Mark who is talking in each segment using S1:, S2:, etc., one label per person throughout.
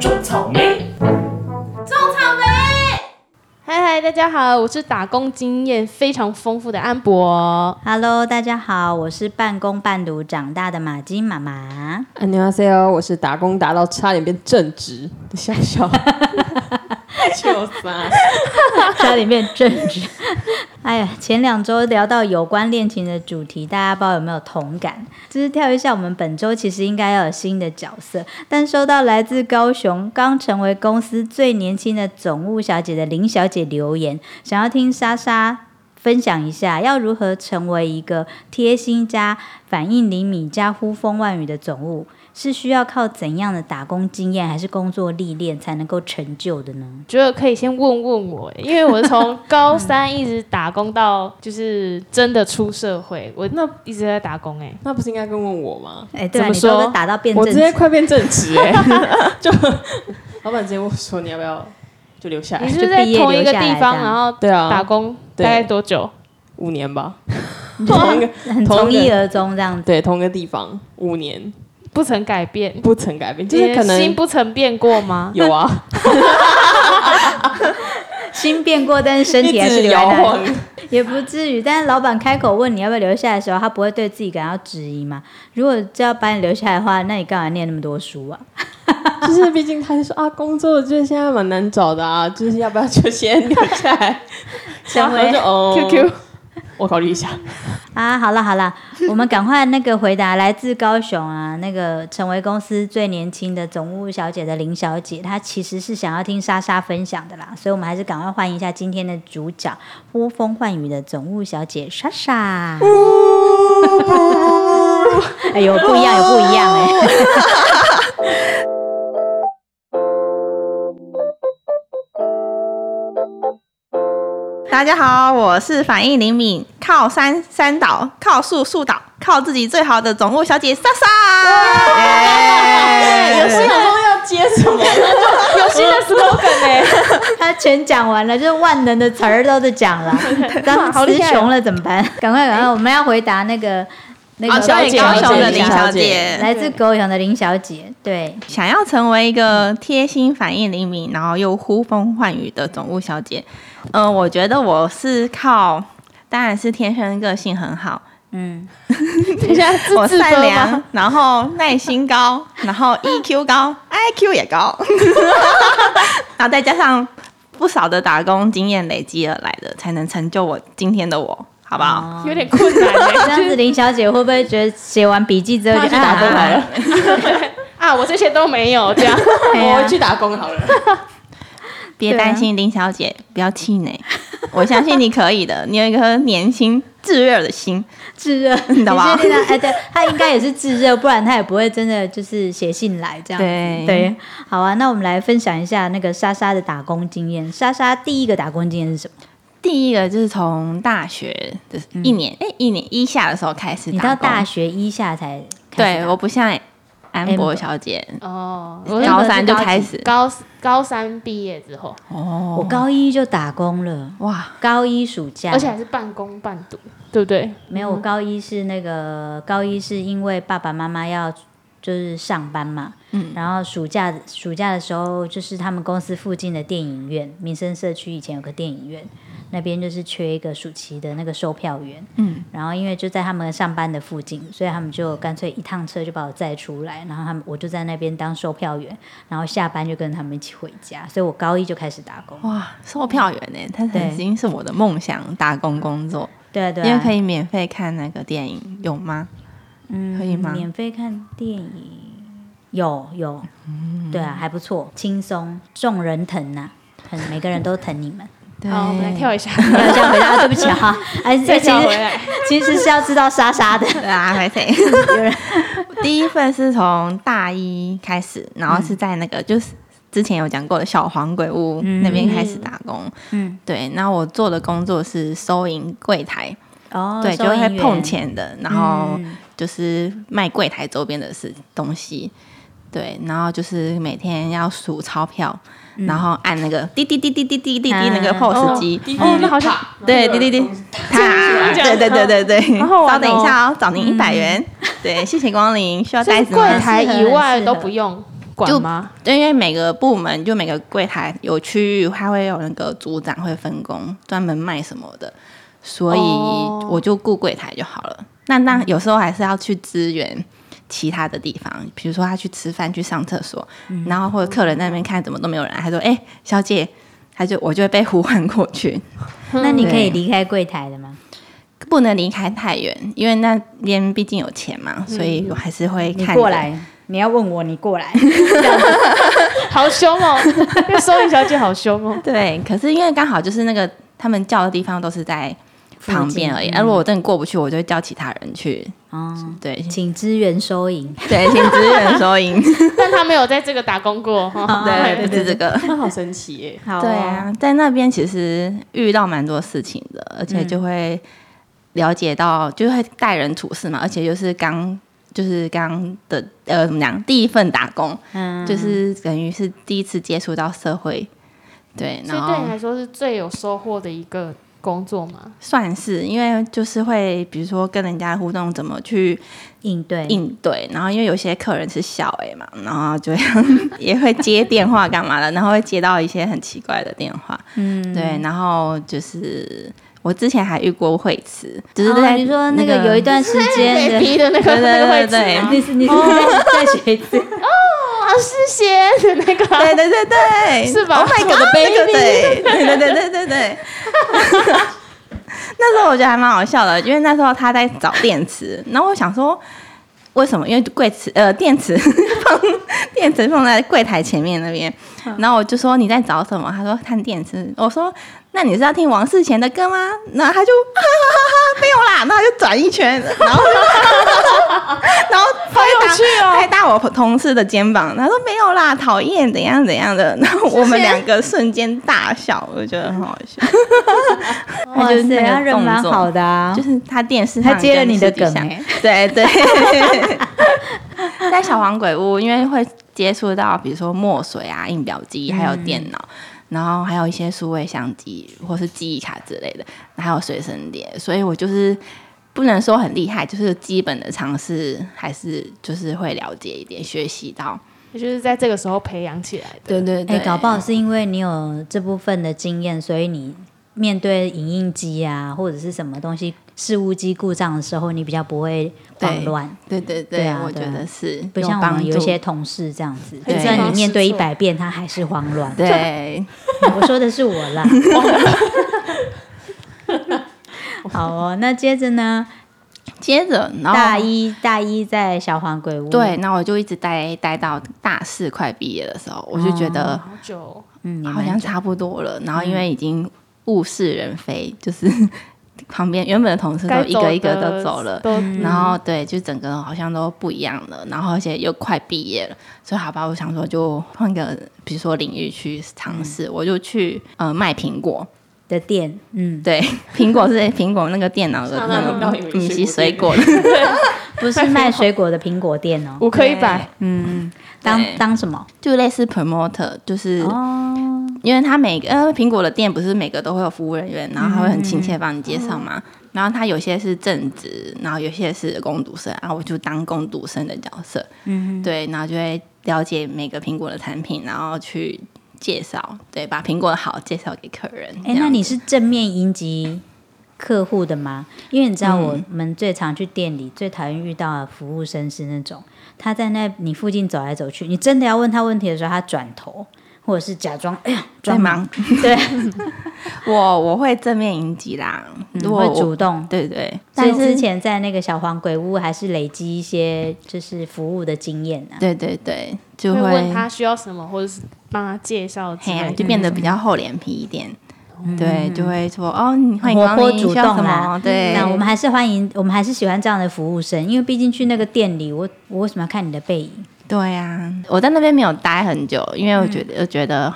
S1: 种草莓，
S2: 种草莓。
S3: 嗨嗨，大家好，我是打工经验非常丰富的安博。
S4: Hello，大家好，我是半工半读长大的马金妈妈。
S5: 안녕하세요，我是打工打到差点变正直的笑 笑，就啥？
S4: 家里面正直。 哎呀，前两周聊到有关恋情的主题，大家不知道有没有同感？就是跳一下，我们本周其实应该要有新的角色，但收到来自高雄刚成为公司最年轻的总务小姐的林小姐留言，想要听莎莎分享一下要如何成为一个贴心加反应灵敏加呼风唤雨的总务，是需要靠怎样的打工经验还是工作历练才能够成就的呢？
S3: 觉得可以先问问我，因为我是从高三一直打工到就是真的出社会，我那一直在打工哎、
S5: 那不是应该更问我吗？
S4: 哎，对、
S3: 怎么
S4: 啊，你都
S3: 说
S4: 打到变
S5: 我
S4: 正
S5: 直
S4: 直
S5: 接快变正 直哎、就老板直接问我说你要不要就留下
S4: 嗯
S3: 你
S5: 来？
S3: 是不是在同一个
S4: 就毕
S3: 地
S4: 业留下来
S3: 方，
S4: 这样
S3: 然后
S5: 对啊，
S3: 打工大
S5: 对
S3: 概多久？
S5: 五年 吧，同一个
S4: 很从一而终这样子。
S5: 对同一个地方五年
S3: 不曾改变，
S5: 不曾改变，就是
S3: 你的
S5: 可
S3: 心
S5: 能
S3: 不曾变过吗？
S5: 有啊，
S4: 心变过，但是身
S5: 一
S4: 体还是
S5: 直
S4: 留
S5: 摇
S4: 在那
S5: 晃
S4: 里，，也不至于。但是老板开口问你要不要留下来的时候，他不会对自己感到质疑嘛？如果就要把你留下来的话，那你干嘛念那么多书啊？
S5: 就是毕竟他就说啊，工作就是现在蛮难找的啊，就是要不要就先留下 来？
S4: 成
S5: 然后就
S4: 为
S5: 哦
S3: QQ
S5: 我考虑一下。
S4: 啊，好了好了，我们赶快那个回答来自高雄啊，那个成为公司最年轻的总务小姐的林小姐，她其实是想要听莎莎分享的啦，所以我们还是赶快欢迎一下今天的主角呼风唤雨的总务小姐莎莎。 哎呦，不一样，有不一样哎、
S1: 大家好，我是反应灵敏，靠山山倒，靠树树倒，靠自己最好的总务小姐莎莎。耶
S5: 哎有心想说要接什 么，
S3: 有新的 slogan 哎、
S4: 他全讲完了，就是万能的词儿都是讲了，当
S3: 好
S4: 词
S3: 厉害哦
S4: 穷了怎么办？赶快赶快，我们要回答那个那
S1: 好，
S4: 个
S1: 啊小姐，高
S5: 小姐
S1: 雄的林
S5: 林
S1: 小
S5: 小
S1: 姐，
S4: 来自高雄的林小姐，对，
S1: 想要成为一个贴心、反应灵敏，然后又呼风唤雨的总务小姐。嗯、我觉得我是靠，当然是天生个性很好，
S4: 嗯，
S3: 等一下是
S1: 我
S3: 自
S1: 善
S3: 卑吗
S1: 良？，然后耐心 高，然后 EQ 高，IQ 也高，然后再加上不少的打工经验累积而来的，才能成就我今天的我，好不好？
S3: 有点困难哎、
S4: 嗯 这样子林小姐会不会觉得写完笔记之后就
S5: 去打工
S4: 啊
S5: 来了，
S3: 啊，我这些都没有这样。
S4: 哎呀
S5: 我去打工好了。
S1: 啊别担心，林小姐，不要气馁，
S3: 啊
S1: 我相信你可以的，你有一颗年轻炙热的心。
S4: 炙热？
S1: 你懂吗
S4: 确定她哎，对，她应该也是炙热，不然她也不会真的就是写信来这样子。
S1: 对
S4: 对，好啊，那我们来分享一下那个莎莎的打工经验。莎莎第一个打工经验是什么？
S1: 第一个就是从大学的一年，
S3: 嗯
S1: 哎、一年一下的时候开始
S4: 你
S1: 打
S4: 到
S1: 工。
S4: 大学一下才开始
S1: 对，
S4: 打
S1: 我不像安博
S4: Amber
S1: 小姐，
S3: 哦，我
S4: 是
S1: 高三就开始。
S3: 高高三毕业之后，
S1: 哦
S4: 我高一就打工了，
S1: 哇，
S4: 高一暑假，
S3: 而且还是半工半读，对不对？
S4: 没有，我高一是那个高一是因为爸爸妈妈要就是上班嘛，嗯，然后暑假暑假的时候就是他们公司附近的电影院，民生社区以前有个电影院，那边就是缺一个暑期的那个售票员，嗯，然后因为就在他们上班的附近，所以他们就干脆一趟车就把我载出来，然后他们我就在那边当售票员，然后下班就跟他们一起回家，所以我高一就开始打工，
S1: 哇，售票员呢、他曾经是我的梦想打工工作，
S4: 对啊对啊，
S1: 因为可以免费看那个电影，有吗？
S4: 嗯，
S1: 可以吗
S4: 免费看电影，有有，对啊，还不错，轻松，众人疼呐、很每个人都疼你们。
S1: 对
S3: 好，我们来跳一下，
S4: 没有这样回答，对不起哈、啊，哎，
S3: 再
S4: 哎其
S3: 跳回
S4: 实
S3: 来。
S4: 其实是要知道莎莎的，
S1: 对啊，没谁。第一份是从大一开始，然后是在那个、就是之前有讲过的小黄鬼屋、那边开始打工。
S4: 嗯，
S1: 对，那我做的工作是收银柜台，
S4: 哦，
S1: 对，就
S4: 收银
S1: 会
S4: 员
S1: 碰，钱的，然后
S4: 嗯
S1: 就是卖柜台周边的事东西。对，然后就是每天要数钞票，然后按那个滴滴滴滴滴滴滴滴那个
S4: 嗯
S1: POS 机，
S3: 嗯啊哦，那好像
S1: 对，滴滴 滴，啪，
S3: 这
S1: 对
S3: 样
S1: 对对对对，
S3: 好好玩
S1: 稍等一
S3: 哦
S1: 下哦，找您一百元，对，谢谢光临，需要
S3: 但
S1: 袋
S3: 是
S1: 子
S3: 柜
S1: 吗？
S3: 台以外
S4: 很适合
S3: 都不用管
S1: 啊就
S3: 吗？
S1: 对，因为每个部门就每个柜台有区域，它会有那个组长会分工，专门卖什么的，所以
S3: 哦
S1: 我就顾柜台就好了。那那有时候还是要去支援其他的地方，比如说他去吃饭、去上厕所，
S4: 嗯
S1: 然后或者客人在那边看怎么都没有人，他说：“哎、小姐。”他就我就会被呼唤过去，
S4: 那你可
S1: 对
S4: 以离开柜台的吗？
S1: 不能离开太远，因为那边毕竟有钱嘛，所以我还是会
S4: 嗯你
S1: 看
S4: 过
S1: 着
S4: 来，你要问我，你过来。
S3: 好凶哦！ 那收银小姐好凶 哦。
S1: 对，可是因为刚好就是那个他们叫的地方都是在旁边而已，
S4: 附
S1: 那、
S4: 近
S1: 如果我真的过不去，我就会叫其他人去。
S4: 哦，
S1: 对
S4: 请支援收银。
S1: 对，请支援收银。
S3: 但她没有在这个打工过哈。
S1: 啊对，就是这个。
S5: 那好神奇耶！
S4: 好
S1: 对，啊，在那边其实遇到蛮多事情的，而且就会了解到，就会待人处事嘛，而且就是刚。就是刚的呃怎么讲，第一份打工，
S4: 嗯，
S1: 就是等于是第一次接触到社会，对，
S3: 所
S1: 然
S3: 以
S1: 后
S3: 对你啊来说是最有收获的一个工作嘛？
S1: 算是，因为就是会，比如说跟人家互动，怎么去
S4: 应对。
S1: 应对，然后因为有些客人是小 A 嘛，然后就 会也会接电话干嘛的，然后会接到一些很奇怪的电话，
S4: 嗯，
S1: 对，然后就是我之前还遇过惠慈，就是
S4: 哦，
S1: 在、
S4: 你说那个有一段时间
S3: 被
S4: 的，哦
S3: 逼的那个
S1: 对对
S3: 那个
S1: 对
S3: 位置
S1: 对
S3: 吗，
S4: 你是你是在在学一次，
S3: 老师鞋的那 个
S1: 对
S3: 啊，
S1: 对对对，
S3: 是吧
S1: Oh my god，
S3: 啊
S1: 对对对对对对对。那时候我觉得还蛮好笑的，因为那时候他在找电池，然后我想说。为什么？因为柜池呃电池放 电池放在柜台前面那边，然后我就说你在找什么？他说看电池。我说那你是要听王世贤的歌吗？然后他就啊哈哈哈哈没有啦，然后他就转一圈， 然后就然后拍打拍打我同事的肩膀，他说没有啦，讨厌怎样怎样的。然后我们两个瞬间大笑，我觉得很好笑。
S4: 哇
S1: 就是那
S4: 塞，
S1: 个
S4: 他人蛮
S1: 动作
S4: 好的啊
S1: 就，是他电视上
S4: 他接了你的
S1: 跟私底
S4: 梗欸
S1: 下对 对。在小黄鬼屋，因为会接触到比如说墨水啊、印表机，还有
S4: 嗯
S1: 电脑，然后还有一些数位相机或是记忆卡之类的，还有随身碟，所以我就是。不能说很厉害，就是基本的常识还是就是会了解一点，学习到。
S3: 也就是在这个时候培养起来的。
S1: 对对
S4: 哎，搞不好是因为你有这部分的经验，所以你面对影印机啊或者是什么东西事务机故障的时候，你比较不会慌
S1: 对
S4: 乱。
S1: 对对对，
S4: 对啊
S1: 我觉
S4: 对啊
S1: 得是
S4: 不像我
S1: 帮
S4: 们
S1: 助。
S4: 有一些同事这样子，
S1: 对
S4: 就算你面对一百遍，他还是慌 乱。
S1: 对，
S4: 我说的是我啦。 好哦，那接着呢？
S1: 接着然后
S4: 大一大一在小黄鬼屋，
S1: 对，，那我就一直待待到大四快毕业的时候，我就觉得
S3: 好久哦，
S4: 嗯，也
S1: 好
S4: 蛮
S1: 像差不多了。然后因为已经物是人非，就是 旁边原本的同事都
S3: 该
S1: 一
S3: 走
S1: 个一个
S3: 的
S1: 都走了。嗯
S3: 都
S1: 然后对，就整个好像都不一样了，然后而且又快毕业了，所以好吧，我想说就换个，比如说领域去尝试，我就去呃卖苹果，
S4: 的店， 嗯，
S1: 对，苹果是苹果那个电脑的
S5: 上
S1: 那
S5: 那频道
S1: 个
S5: 以为
S1: 嗯，
S5: 水
S1: 及
S5: 果
S1: 水
S5: 店
S1: 果的，
S4: 不是卖水果的苹果店哦，
S3: 五颗一百，
S4: 嗯，当
S1: 对
S4: 当什么？
S1: 就类似 promoter，就是
S4: 哦，
S1: 因为他每个呃苹果的店不是每个都会有服务人员，然后他会很亲
S4: 嗯
S1: 切帮你介绍嘛。
S4: 哦
S1: 然后他有些是正职，然后有些是工读生，然后我就当工读生的角色，
S4: 嗯，
S1: 对，然后就会了解每个苹果的产品，然后去介绍，对，把苹果的好介绍给客人。
S4: 哎，
S1: 这样
S4: 那你是正面迎击客户的吗？因为你知道，我
S1: 嗯
S4: 们最常去店里最讨厌遇到的服务生是那种他在那你附近走来走去，你真的要问他问题的时候，他转头或者是假装哎呀
S1: 在
S4: 装
S1: 忙，
S4: 对，
S1: 我我会正面迎击啦，如果
S4: 嗯会
S1: 我
S4: 主动
S1: 对对，
S4: 所以
S1: 但
S4: 之
S1: 是
S4: 前在那个小黄鬼屋，还是累积一些就是服务的经验啊。
S1: 对对对，就
S3: 会
S1: 会
S3: 问他需要什么，或者是帮他介绍之
S1: 嘿呀、
S3: 类
S1: 就
S3: 的。嗯
S1: 变得比较厚脸皮一点。对，就会说哦，你欢迎
S4: 活
S1: 光
S4: 泼
S1: 临，
S4: 主
S1: 需要什
S4: 动啦
S1: 么？ 对，
S4: 那我们还是欢迎，我们还是喜欢这样的服务生，因为毕竟去那个店里，我我为什么要看你的背影？
S1: 对啊嗯呀、我在那边没有待很久，因为我觉得，我觉得，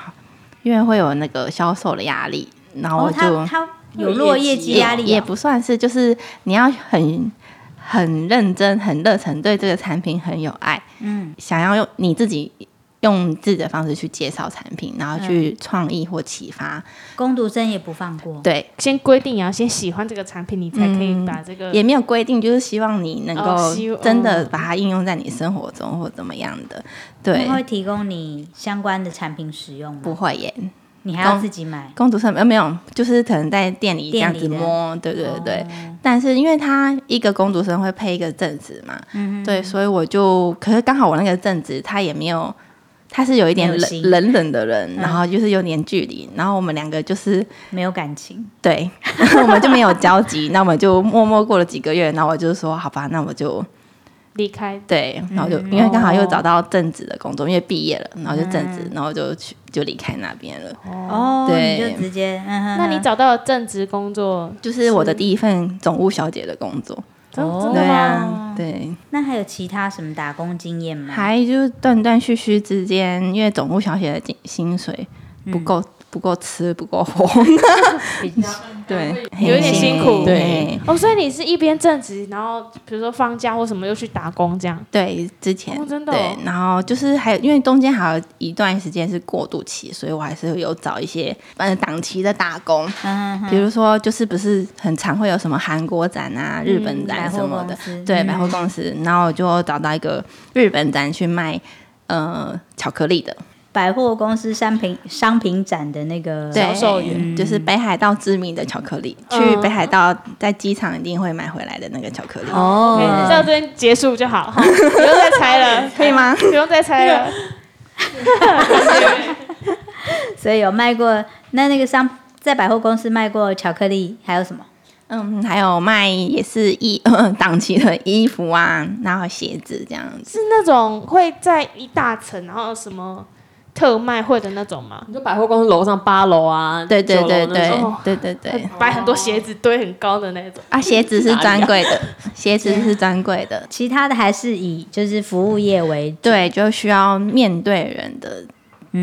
S1: 因为会有那个销售的压力，然后我就、
S4: 哦他他有落业绩压力哦、
S1: 也不算是，就是你要很很认真、很热忱，对这个产品很有爱，嗯，想要用你自己用自己的方式去介绍产品，然后去创意或启发，
S4: 攻读生也不放过。
S1: 对，
S3: 先规定也要先喜欢这个产品，你才可以
S1: 嗯
S3: 把这
S4: 嗯
S3: 个
S1: 也没有规定，就是希望你能
S3: 哦
S1: 够
S3: 希望
S1: 真的把它应用在你生活
S4: 嗯
S1: 中或怎么样的，对
S4: 他，会提供你相关的产品使用吗？
S1: 不，会耶。
S4: 你还要自己买。
S1: 工读生呃没有，就是可能在店里这样子
S4: 店里的哦
S1: 摸，对对对对。但是因为他一个工读生会配一个正职嘛，
S4: 嗯
S1: 对，所以我就可是刚好我那个正职他也没有，他是有一点
S4: 没有
S1: 冷
S4: 心嗯
S1: 冷冷的人，然后就是有点距离，然后我们两个就是
S4: 没有感情，
S1: 对， 我们就没有交集，那我们就默默过了几个月，然后我就说好吧，那我就
S3: 离开。
S1: 对，然后就、
S3: 嗯
S1: 因为刚好又找到正职的工作，因为毕业了，然后就正
S3: 嗯
S1: 职，然后就去就离开那边了。
S4: 哦，你
S1: 对
S4: 就直接，嗯哼哼，
S3: 那你找到了正职工作，
S1: 就是我的第一份总务小姐的工作，
S3: 真
S4: 哦
S3: 真的
S1: 对
S3: 吗？
S1: 啊，对，
S4: 那还有其他什么打工经验吗？
S1: 还就是断断续续之间，因为总务小姐的薪薪水不够、
S3: 嗯
S1: 不够吃，不够 活，
S4: 比
S1: 对，
S3: 有一点辛苦
S1: 对
S5: 对
S3: 哦，所以你是一边正职，然后比如说放假或什么又去打工这样。
S1: 对，之前、
S3: 哦真的哦
S1: 对，然后就是还有，因为中间还有一段时间是过渡期，所以我还是有找一些反正档期的打工，
S4: 嗯哼
S1: 比如说就是不是很常会有什么韩国展啊、日本
S4: 百
S1: 展
S4: 货
S1: 什么
S4: 公
S1: 的，
S4: 司
S1: 对，
S4: 嗯
S1: 百货公司，然后我就找到一个日本展去卖呃巧克力的，
S4: 百货公司商品商品展的那个
S1: 对
S3: 销售员
S1: 嗯就是北海道知名的巧克力，
S3: 嗯
S1: 去北海道在机场一定会买回来的那个巧克力，
S4: 哦
S3: OK，到这边结束就 好，好不用再猜了，
S1: 可以吗？
S3: 不用再猜了。
S4: 所以有卖过那那个商在百货公司卖过巧克力，还有什么？
S1: 嗯，还有卖也是衣档期的衣服啊，然后鞋子这样子。
S3: 是那种会在一大层，然后什么特卖会的那种吗？
S5: 你说百货公司楼上八楼啊，
S1: 对对
S5: 九楼
S1: 对
S5: 那
S1: 对
S5: 种哦
S3: 种
S1: 对对对。
S3: 摆很多鞋子堆很高的那种。
S1: 啊，鞋子是专柜的，鞋子是专柜的，
S4: 其他的还是以就是服务业为主
S1: 对，嗯就需要面对人的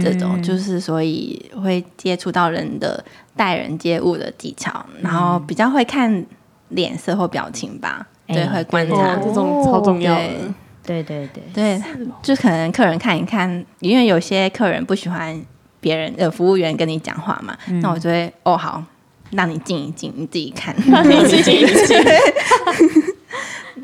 S1: 这种，就是所以会接触到人的待人接物的技巧，然后比较会看脸色或表情吧，
S4: 哎
S1: 对，会观察
S5: 哦，这种超重要的
S1: 对。
S4: 对对对，
S1: 对，就可能客人看一看，因为有些客人不喜欢别人呃服务员跟你讲话嘛，那我就会哦好，让你静一静，你自己看。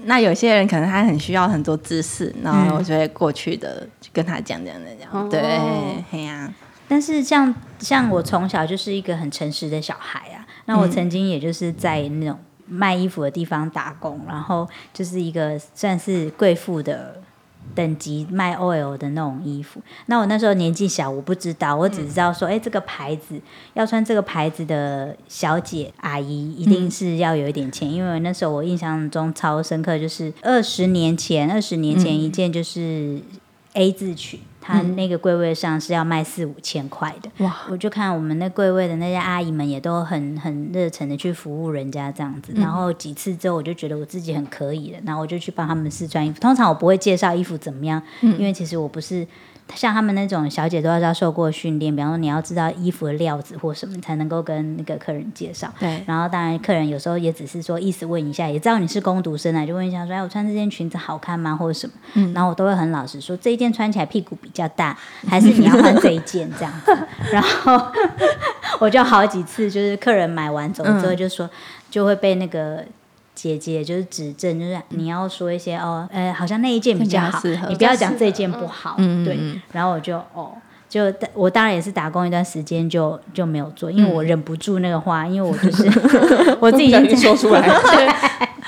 S1: 那有些人可能他很需要很多知识，然
S4: 嗯
S1: 后我就会过去的就跟他讲讲讲讲，对
S3: 哦，
S1: 嘿呀、
S4: 但是像像我从小就是一个很诚实的小孩啊，那我曾经也就是在那种卖衣服的地方打工，然后就是一个算是贵妇的等级卖 OL 的那种衣服。那我那时候年纪小，我不知道，我只知道说，哎、这个牌子要穿这个牌子的小姐阿姨一定是要有一点钱，因为那时候我印象中超深刻，就是二十年前，二十年前一件就是。A 字裙，它那个柜位上是要卖四五千块的。哇！我就看我们那柜位的那些阿姨们也都很很热忱的去服务人家这样子。然后几次之后，我就觉得我自己很可以了，然后我就去帮他们试穿衣服。通常我不会介绍衣服怎么样，因为其实我不是。像他们那种小姐都要要受过训练，比方说你要知道衣服的料子或什么，你才能够跟那个客人介绍。
S1: 对
S4: 然后当然客人有时候也只是说意思问一下，也知道你是工读生啊，就问一下说，哎，我穿这件裙子好看吗，或者什么。
S1: 嗯
S4: 然后我都会很老实说，这一件穿起来屁股比较大，还是你要换这一件这样子。然后我就好几次就是客人买完走之后
S1: 嗯
S4: 就说，就会被那个。姐姐就是指正，就是你要说一些哦，呃，好像那一件比较好，
S1: 这比较嗯适合
S4: 你不要讲这件不好，
S1: 嗯
S4: 对
S1: 嗯嗯。
S4: 然后我就哦，就我当然也是打工一段时间就，就没有做，因为我忍不住那个话，因为我就是 我自己已
S5: 嗯不
S4: 经
S5: 小心说出来，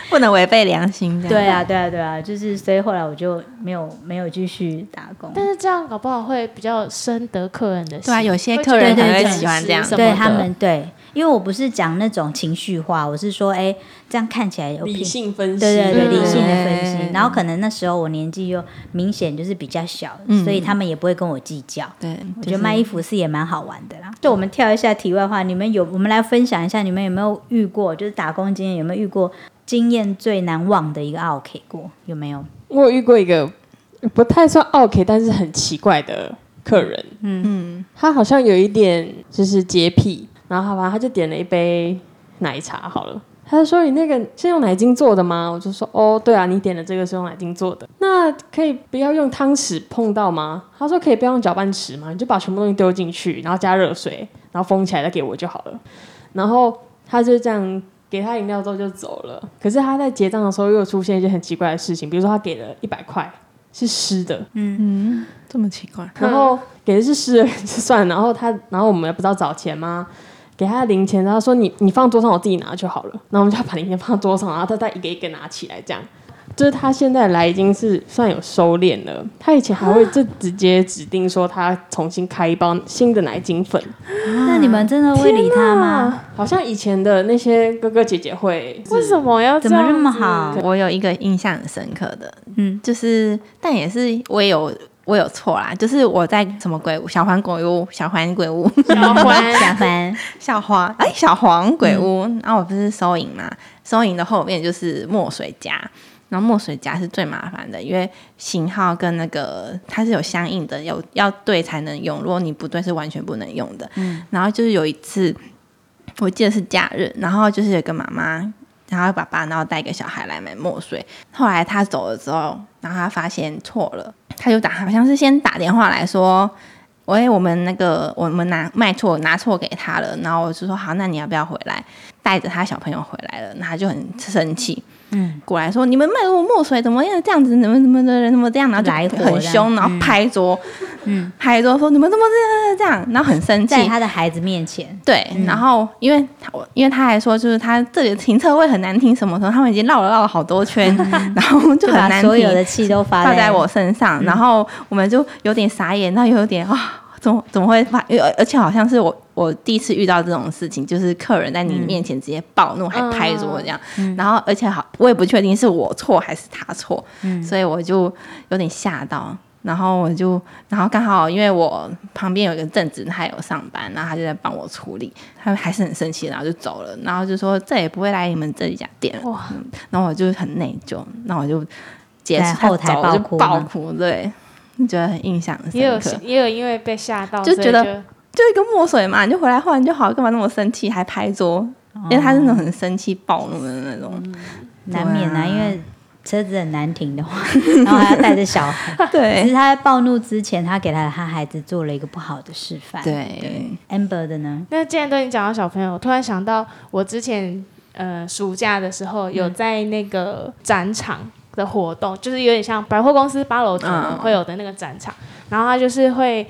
S1: 不能违背良心这样。
S4: 对啊，对啊，对啊，就是所以后来我就没有没有继续打工。
S3: 但是这样搞不好会比较深得客人的心。
S1: 对啊，有些客人可
S4: 对对
S1: 能会
S4: 对
S1: 喜欢这样
S3: 是。什么
S4: 对
S3: 的
S4: 他们对，因为我不是讲那种情绪化，我是说，哎，这样看起来有
S5: 理
S4: 品
S5: 性分析，
S4: 对对对，
S3: 嗯
S4: 理性的分析
S1: 对。
S4: 然后可能那时候我年纪又明显就是比较小，所以
S5: 嗯
S4: 他们也不会跟我计较。
S1: 对，
S4: 我
S1: 就
S4: 觉得卖衣服是也蛮好玩的啦。就我们跳一下题外话，你们有我们来分享一下，你们有没有遇过，就是打工经验有没有遇过经验最难忘的一个 OK 过？有没有？
S5: 我有遇过一个不太算 OK，但是很奇怪的客人，嗯嗯，他好像有一点就是洁癖，然后好吧，他就点了一杯奶茶好了，他就说你那个是用奶精做的吗？我就说哦，对啊，你点的这个是用奶精做的，那可以不要用汤匙碰到吗？他说可以不要用搅拌匙吗？你就把全部东西丢进去，然后加热水，然后封起来再给我就好了。然后他就这样给他饮料之后就走了。可是他在结账的时候又出现一些很奇怪的事情，比如说他给了一百块是湿的，
S1: 嗯，这么奇怪，
S5: 然后给的是湿的就算了，然后他，然后我们也不知道找钱吗？给他零钱，然后说你你放桌上，我自己拿就好了。然后我们就要把零钱放桌上，然后他再一个一个拿起来，这样。就是他现在来已经是算有收敛了，他以前还会就直接指定说他重新开一包新的奶精粉，
S4: 那你们真的会理他吗？
S5: 好像以前的那些哥哥姐姐会
S3: 啊为什么要这
S4: 怎么
S3: 样
S4: 这么
S3: 子
S4: 好？
S1: 我有一个印象很深刻的，
S4: 嗯
S1: 嗯，就是但也是我也有我有错啦，就是我在什么鬼屋小环鬼屋小环鬼屋
S3: 小 欢
S4: 小凡，
S1: 小黄哎小黄鬼屋，然后我不是收银嘛，收银的后面就是墨水夹，然后墨水夹是最麻烦的，因为型号跟那个它是有相应的，有要对才能用，如果你不对是完全不能用的。然后就是有一次，我记得是假日，然后就是有一个妈妈，然后爸爸，然后带一个小孩来买墨水。后来他走了之后，然后他发现错了，他就打，好像是先打电话来说。喂，我们那个我们拿卖错拿错给他了，然后我就说好，那你要不要回来？带着他小朋友回来了，那他就很生气，
S4: 嗯，
S1: 过来说你们卖我墨水怎么样这样子，你们怎么的人怎么这样，然
S4: 来
S1: 后就
S4: 火这样
S1: 很凶，然后拍桌，
S4: 嗯，
S1: 拍桌说你们怎么这样这样，然后很生气，
S4: 在他的孩子面前，
S1: 对，然后因为他我因为他还说，就是他这里的停车位很难停，什么时候他们已经绕了绕了好多 圈，然后就
S4: 就
S1: 很
S4: 把
S1: 难
S4: 所有的
S1: 停，
S4: 气都发
S1: 放在我嗯身上，然后我们就有点傻眼，那又有点啊。怎么怎么会发？因为而而且好像是我我第一次遇到这种事情，就是客人在你面前直接暴怒，还拍桌这样。然后而且好，我也不确定是我错还是他错，所以我就有点吓到。然后我就，然后刚好因为我旁边有一个正职，他也有上班，然后他就在帮我处理，他还是很生气，然后就走了，然后就说再也不会来你们这一家店了。
S3: 哇
S1: 嗯然后我就很内疚，那我就结束
S4: 在
S1: 他
S4: 后台
S1: 走了
S4: 爆哭
S1: 就爆
S4: 吗
S1: 哭，对，就觉得很印象深
S3: 也有
S1: 刻。
S3: 也有因为被吓到，
S1: 就
S3: 所以
S1: 觉得就一个墨水嘛，你就回来换就好，干嘛那么生气还拍桌？
S4: 哦
S1: 因为他是那种很生气暴怒的那种，
S4: 嗯难免啊，因为车子很难停的话， 然后还要带着小 孩。其
S1: 对
S4: 实他在暴怒之前，他给他他孩子做了一个不好的示范。
S1: 对，
S4: ，Amber 的呢？
S3: 那既然都已经讲到小朋友，我突然想到我之前呃暑假的时候有在那个展场的活动，就是有点像百货公司八楼层
S1: 嗯
S3: 会有的那个展场，然后它就是会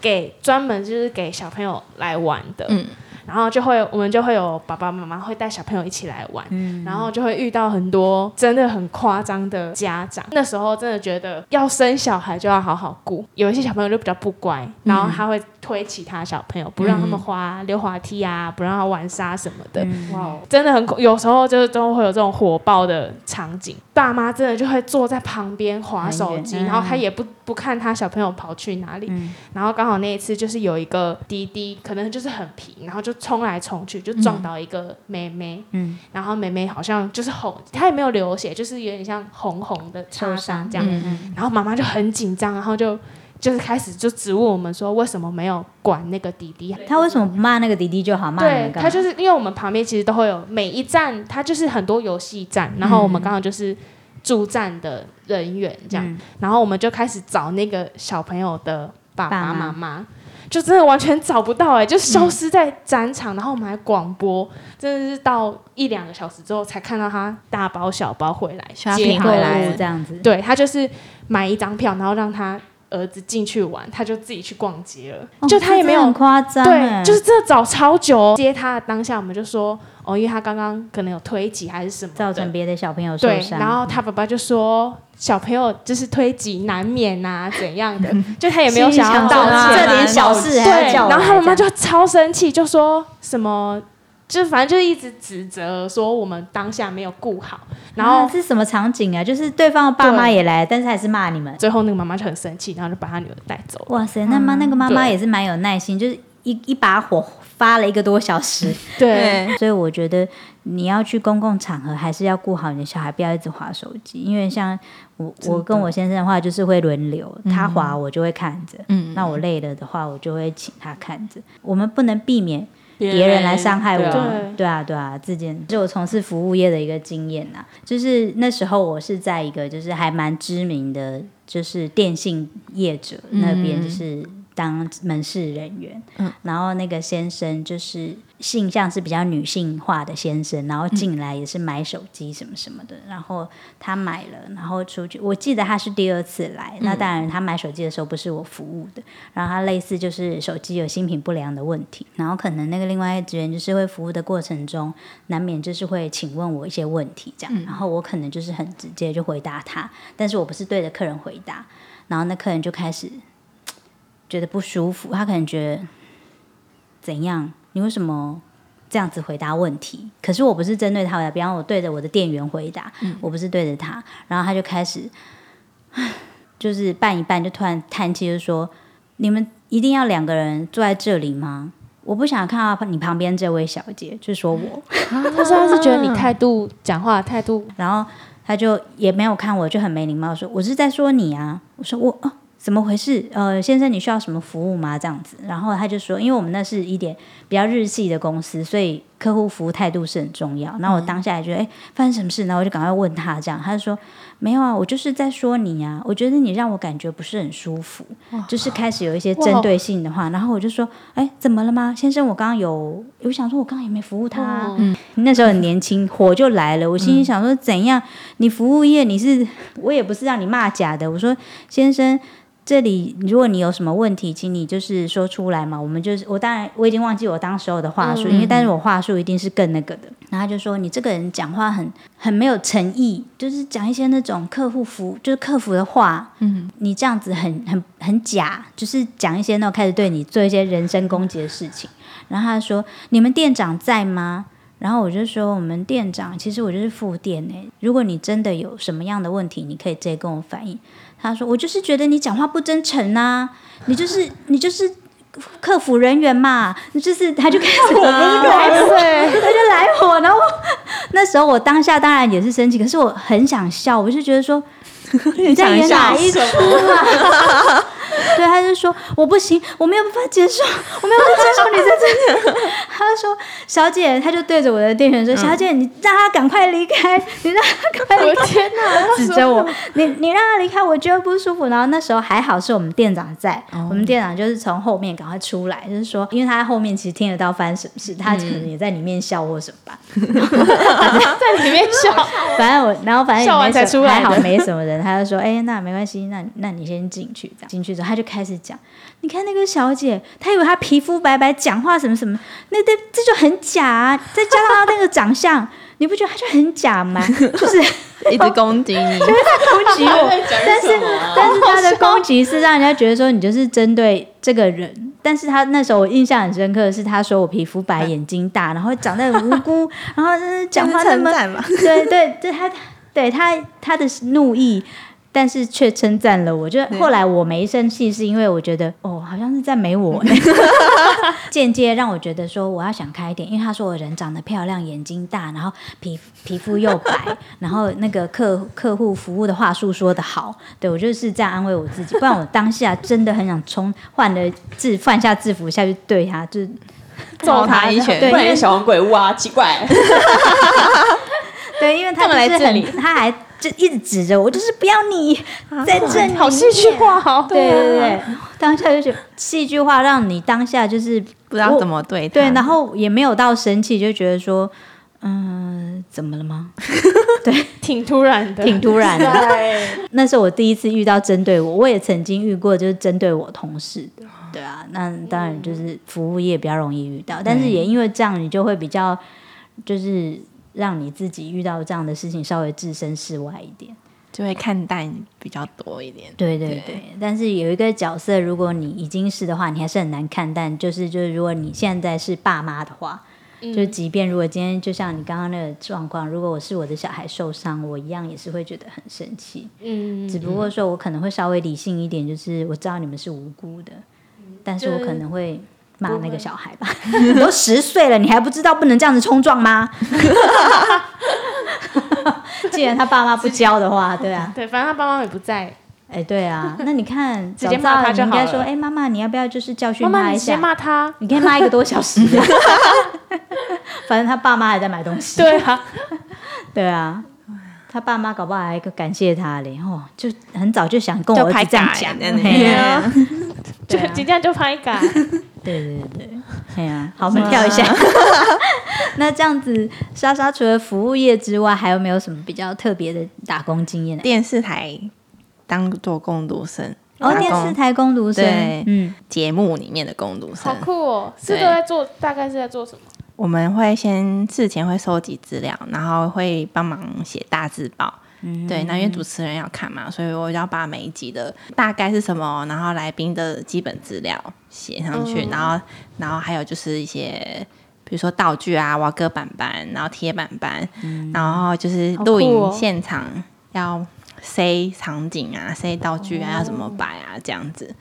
S3: 给专门就是给小朋友来玩的，
S1: 嗯
S3: 然后就会我们就会有爸爸妈妈会带小朋友一起来玩，然后就会遇到很多真的很夸张的家长。那时候真的觉得要生小孩就要好好顾，有一些小朋友就比较不乖，然后他会推其他小朋友，不让他们滑溜滑梯啊，不让他玩沙什么的。
S5: 哇哦，
S3: 真的很恐，有时候就是都会有这种火爆的场景，爸妈真的就会坐在旁边划手机，
S4: 很远嗯嗯
S3: 然后他也不不看他小朋友跑去哪里，然后刚好那一次就是有一个滴滴，可能就是很皮，然后就冲来冲去，就撞到一个妹妹，
S4: 嗯
S3: 然后妹妹好像就是红，她也没有流血，就是有点像红红的擦伤这样，
S4: 嗯
S3: 然后妈妈就很紧张，然后就就是开始就质问我们说为什么没有管那个啊滴滴，
S4: 他为什么不骂那个迪迪就好？骂你
S3: 对
S4: 们，干
S3: 它
S4: 嘛？
S3: 就是因为我们旁边其实都会有每一站，它就是很多游戏站，然后我
S4: 嗯
S3: 们刚好就是驻站的人员这样，然后我们就开始找那个小朋友的爸
S4: 爸
S3: 爸
S4: 妈嗯
S3: 妈妈。就真的完全找不到哎、就消失在展场，然后我们还广播，真的是到一两个小时之后才看到他大包小包回来，
S1: 需要
S3: 接
S1: 拼
S3: 购
S1: 回
S3: 物
S1: 来
S4: 这样子。
S3: 对他就是买一张票，然后让他儿子进去玩，他就自己去逛街了，就他也没
S4: 哦这真的
S3: 有
S4: 很夸张欸，
S3: 对，就是这找超久哦接他的当下，我们就说哦，因为他刚刚可能有推挤还是什么的，
S4: 造成别的小朋友受
S3: 对，
S4: 伤。
S3: 然后他爸爸就说小朋友就是推挤难免呐、怎样 的，就他也没有想要道
S1: 心里想
S3: 歉，啊
S1: 说
S4: 这点小事还要
S3: 对，
S4: 叫我来
S3: 然后他妈妈
S4: 这样
S3: 就超生气，就说什么。就反正就是一直指责说我们当下没有顾好，然后
S4: 啊是什么场景啊？就是对方的爸妈
S3: 对
S4: 也来，但是还是骂你们。
S3: 最后那个妈妈就很生气，然后就把她女儿带走了。
S4: 哇塞，那
S3: 嗯
S4: 妈那个妈妈
S3: 对
S4: 也是蛮有耐心，就是一一把火发了一个多小时，
S3: 对，
S1: 对
S4: 所以我觉得你要去公共场合，还是要顾好你的小孩，不要一直划手机。因为像我，我跟我先生的话，就是会轮流，
S3: 嗯
S4: 他划我就会看着，
S1: 嗯
S4: 那我累了的话，我就会请他看着。我们不能避免别人来伤害我
S5: 对啊
S4: 们。对啊，对啊，自己这是我从事服务业的一个经验呐、啊就是那时候我是在一个就是还蛮知名的，就是电信业者那边，就是当门市人员。然后那个先生就是性向是比较女性化的先生，然后进来也是买手机什么什么的，然后他买了，然后出去，我记得他是第二次来，那当然他买手机的时候不是我服务的，然后他类似就是手机有新品不良的问题，然后可能那个另外一个职员就是会服务的过程中，难免就是会请问我一些问题这样，然后我可能就是很直接就回答他，但是我不是对着客人回答，然后那客人就开始。觉得不舒服，他可能觉得怎样？你为什么这样子回答问题？可是我不是针对他回答，比方我对着我的店员回答，我不是对着他，然后他就开始， 就是拌一拌，就突然叹气，就说：“你们一定要两个人坐在这里吗？我不想看到你旁边这位小姐。”就说我，
S3: 他说他是觉得你态度、讲话态 度
S4: 然后他就也没有看我，就很没礼貌说：“我是在说你啊。”我说：“我哦，怎么回事？呃，先生，你需要什么服务吗？”这样子，然后他就说：“因为我们那是一点比较日系的公司，所以客户服务态度是很重要。”那我当下也觉得，哎，发生什么事？然后我就赶快问他，这样他就说：“没有啊，我就是在说你啊，我觉得你让我感觉不是很舒服，就是开始有一些针对性的话。”然后我就说：“哎，怎么了吗，先生？我刚刚有，我想说我刚刚也没服务他、啊。嗯” 那时候很年轻，火就来了。我心里想说，怎样？你服务业你是，我也不是让你骂假的。我说，先生，这里如果你有什么问题，请你就是说出来嘛。我们就是，我当然我已经忘记我当时候的话术，因为但是我话术一定是更那个的。然后他就说，你这个人讲话很很没有诚意，就是讲一些那种客户服就是客服的话，嗯，你这样子很很很假，就是讲一些那种开始对你做一些人身攻击的事情。然后他就说，你们店长在吗？然后我就说，我们店长其实我就是副店诶、如果你真的有什么样的问题，你可以直接跟我反映。他说，我就是觉得你讲话不真诚呐、你就是你就是客服人员嘛，你就是他就开始 我不是来火，他就来火，然后我那时候我当下当然也是生气，可是我很想笑，我就觉得说 你在演哪一出啊？对，他就说我不行，我没有办法接受，我没有办法接受你在这里。 他就说小姐，他就对着我的店员说，小姐，你让他赶快离开，你让他赶快离
S5: 哦
S4: 开。
S3: 天哪！
S4: 指着我，你你让他离开，我觉得不舒服。然后那时候还好是我们店长在，我们店长就是从后面赶快出来，就是说，因为他在后面其实听得到发生什么事，他可能也在里面笑或什么吧。
S3: 在里面笑，
S4: 反正我，然后反正也
S3: 笑完
S4: 没什
S3: 才出来
S4: 还好
S3: 的
S4: 没什么人，他就说，哎、那没关系，那那你先进去，这样进去之后，他就开始讲，你看那个小姐，她以为她皮肤白白，讲话什么什么，那这这就很假、啊，再加上她那个长相，你不觉得她就很假吗？ 就是。
S1: 一直攻击 你，
S4: 攻击我，但是嗯但是他的攻击是让人家觉得说你就是针对这个人。但是他那时候我印象很深刻的是，他说我皮肤白、眼睛大，然后长得很无辜，然后呃讲话那
S1: 称
S4: 么
S1: 赞嘛，
S4: 对对对，他对他他的怒意，但是却称赞了我。就后来我没生气，是因为我觉得哦，好像是赞美我， 间接让我觉得说我要想开一点，因为他说我人长得漂亮，眼睛大，然后皮皮肤又白，然后那个客客户服务的话术说得好，对我就是这样安慰我自己，不然我当下真的很想冲换了制换下制服下去对他，就是
S1: 揍他一
S4: 对
S1: 拳。
S5: 不然也小红鬼屋啊，奇怪。
S4: 对，因为他
S5: 干嘛来
S4: 就是
S5: 这
S4: 很
S5: 里
S4: 他还就一直指着我，我就是不要你在这里，
S3: 好戏剧。化哦。
S4: 对对对， 当下就是戏剧化，让你当下就是
S1: 不知道怎么对他
S4: 对，然后也没有到生气，就觉得说，嗯、怎么了吗？
S3: 挺突然的，
S4: 挺突然 的。那是我第一次遇到针对我，我也曾经遇过就是针对我同事的。对啊，那当然就是服务业比较容易遇到，但是也因为这样，你就会比较就是让你自己遇到这样的事情稍微置身事外一点。
S1: 就会看淡比较多一点。
S4: 对对对，但是有一个角色，如果你已经是的话，你还是很难看淡。就是就是，如果你现在是爸妈的话，
S3: 嗯
S4: 就即便如果今天就像你刚刚那个状况，如果我是我的小孩受伤，我一样也是会觉得很生气。
S3: 嗯，
S4: 只不过说我可能会稍微理性一点，就是我知道你们是无辜的，
S3: 嗯
S4: 但是我可能会。骂那个小孩吧， 你都十岁了，你还不知道不能这样子冲撞吗？ 既然他爸妈不教的话，对啊，啊
S3: 对，反正他爸妈也不在，
S4: 哎，对 啊，那你看，
S3: 直接
S4: 早知道
S3: 骂他就
S4: 你应该
S3: 好了
S4: 说，哎，妈妈，你要不要就是教训
S3: 妈妈，
S4: 他
S3: 你
S4: 一
S3: 直接
S4: 下？
S3: 骂他。
S4: 你可以骂一个多小时， 反正他爸妈还在买东西。
S3: 对啊，
S4: 对啊，他爸妈搞不好还感谢他嘞，哦，就很早就想跟我
S1: 就
S4: 儿
S1: 拍
S4: 子这样
S1: 嘎
S4: 讲，
S1: 欸
S4: 嘿啊
S3: 就
S4: 对啊
S3: 这样就拍嘎。
S4: 对对对，哎呀、好，我们跳一下。 那这样子，莎莎除了服务业之外，还有没有什么比较特别的打工经验 呢？
S1: 电视台当做工读生，
S4: 哦，
S1: 打
S4: 电
S1: 工
S4: 视台工读生
S1: 对，
S4: 嗯，
S1: 节目里面的工读
S3: 好
S1: 生，
S3: 酷哦！是
S1: 对
S3: 都在做，大概是在做什么？
S1: 我们会先事前会收集资料，然后会帮忙写大字报。
S3: 嗯
S1: 对，那因为主持人要看嘛，所以我要把每一集的大概是什么，然后来宾的基本资料写上去，
S3: 嗯
S1: 然后然后还有就是一些比如说道具啊、瓦哥板板，然后贴板板，然后就是
S3: 嗯好
S1: 录
S3: 酷
S1: 影
S3: 哦
S1: 现场要塞场景啊、塞道具啊、要怎么摆啊这样子。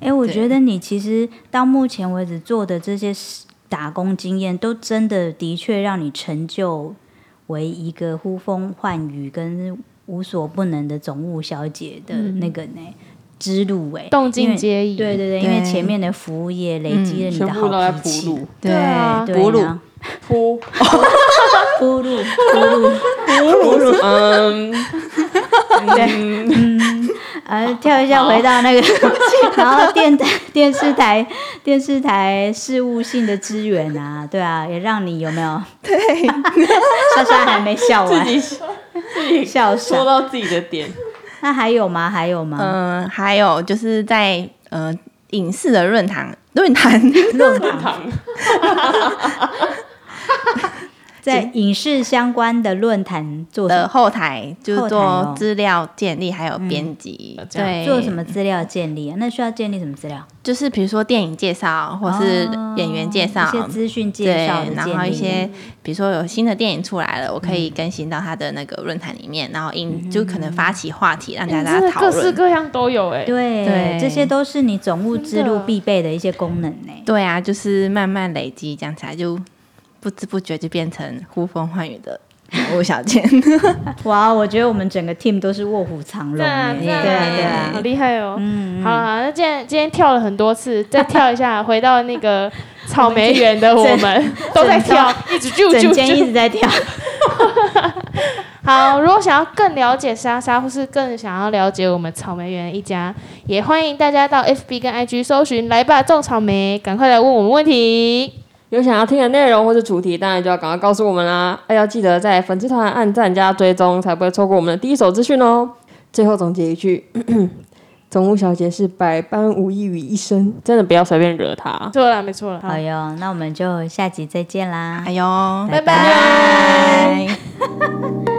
S4: 哎、我
S1: 对
S4: 觉得你其实到目前为止做的这些事打工经验，都真的的确让你成就为一个呼风唤雨跟无所不能的总务小姐的那个呢、之路哎、
S3: 嗯动
S4: 因
S3: 静
S4: 为
S3: 皆宜。
S4: 对对对，因为
S1: 对
S4: 前面的服务业累积了你
S5: 嗯全
S4: 的
S5: 部都在
S4: 好
S5: 铺
S4: 脾气，
S5: 路，
S3: 对啊
S4: 对
S1: 哺乳
S4: 然后
S5: 铺
S4: 铺路铺路，
S5: 铺路，嗯，
S1: 嗯
S4: 呃，跳一下回到那个，然后电台、电视台、电视台事务性的资源啊，对啊，也让你有没有？对，莎莎还没笑
S5: 自
S4: 完，
S5: 己自己
S4: 笑
S5: 说
S4: 傻。
S5: 到自己的点，
S4: 那还有吗？还有吗？
S1: 嗯、还有就是在呃影视的论坛论坛
S4: 论 坛
S5: 糖
S4: 在影视相关的论坛做什
S1: 的
S4: 么？
S1: 后台，就是
S4: 后台哦
S1: 做资料建立还有编辑，
S5: 嗯这样
S1: 对，
S4: 做什么？资料建立啊？那需要建立什么资料？
S1: 就是比如说电影介绍，或是
S4: 哦
S1: 演员介绍。
S4: 一些资讯介
S1: 对
S4: 绍的，
S1: 然
S4: 建立，嗯
S1: 后一些比如说有新的电影出来了，我可以更新到他的那个论坛里面，然后引就可能发起话题让大
S3: 你
S1: 家
S3: 哎真的
S1: 讨
S3: 各式
S1: 论。
S3: 各样都有哎。
S4: 对，啊
S1: 对
S4: 这些都是你总务之
S3: 真
S4: 路
S3: 的
S4: 必备的一些功能呢、
S1: 对啊，就是慢慢累积，讲起来就不知不觉就变成呼风唤雨的 人物小 姐。
S4: 哇，我觉得我们整个 team 都是卧虎藏龙
S3: 对啊，
S4: 欸，
S3: 对
S4: 对
S3: 啊，
S4: 啊，对啊
S3: 好。厉害哦！
S4: 嗯，
S3: 好了，好那今天今天跳了很多次，再跳一下，回到那个 草莓园的我 们都在跳，一直啾啾
S4: 整间一
S3: 啾。
S4: 直 在跳。
S3: 好，如果想要更了解莎莎，或是更想要了解我们草莓园一家，也欢迎大家到 FB 跟 IG 搜寻“来吧种草莓”，赶快来问我们问题。
S5: 有想要听的内容或者主题，当然就要赶快告诉我们啦！哎，要记得在粉丝团按赞加追踪，才不会错过我们的第一手资讯哦。最后总结一句， 咳咳总务小姐是百般无益于一身，真的不要随便惹她。
S3: 错了，没错了。
S4: 好哟，
S3: 哎
S4: 那我们就下集再见啦
S1: 哎。呦，
S4: 拜
S3: 拜
S1: 拜。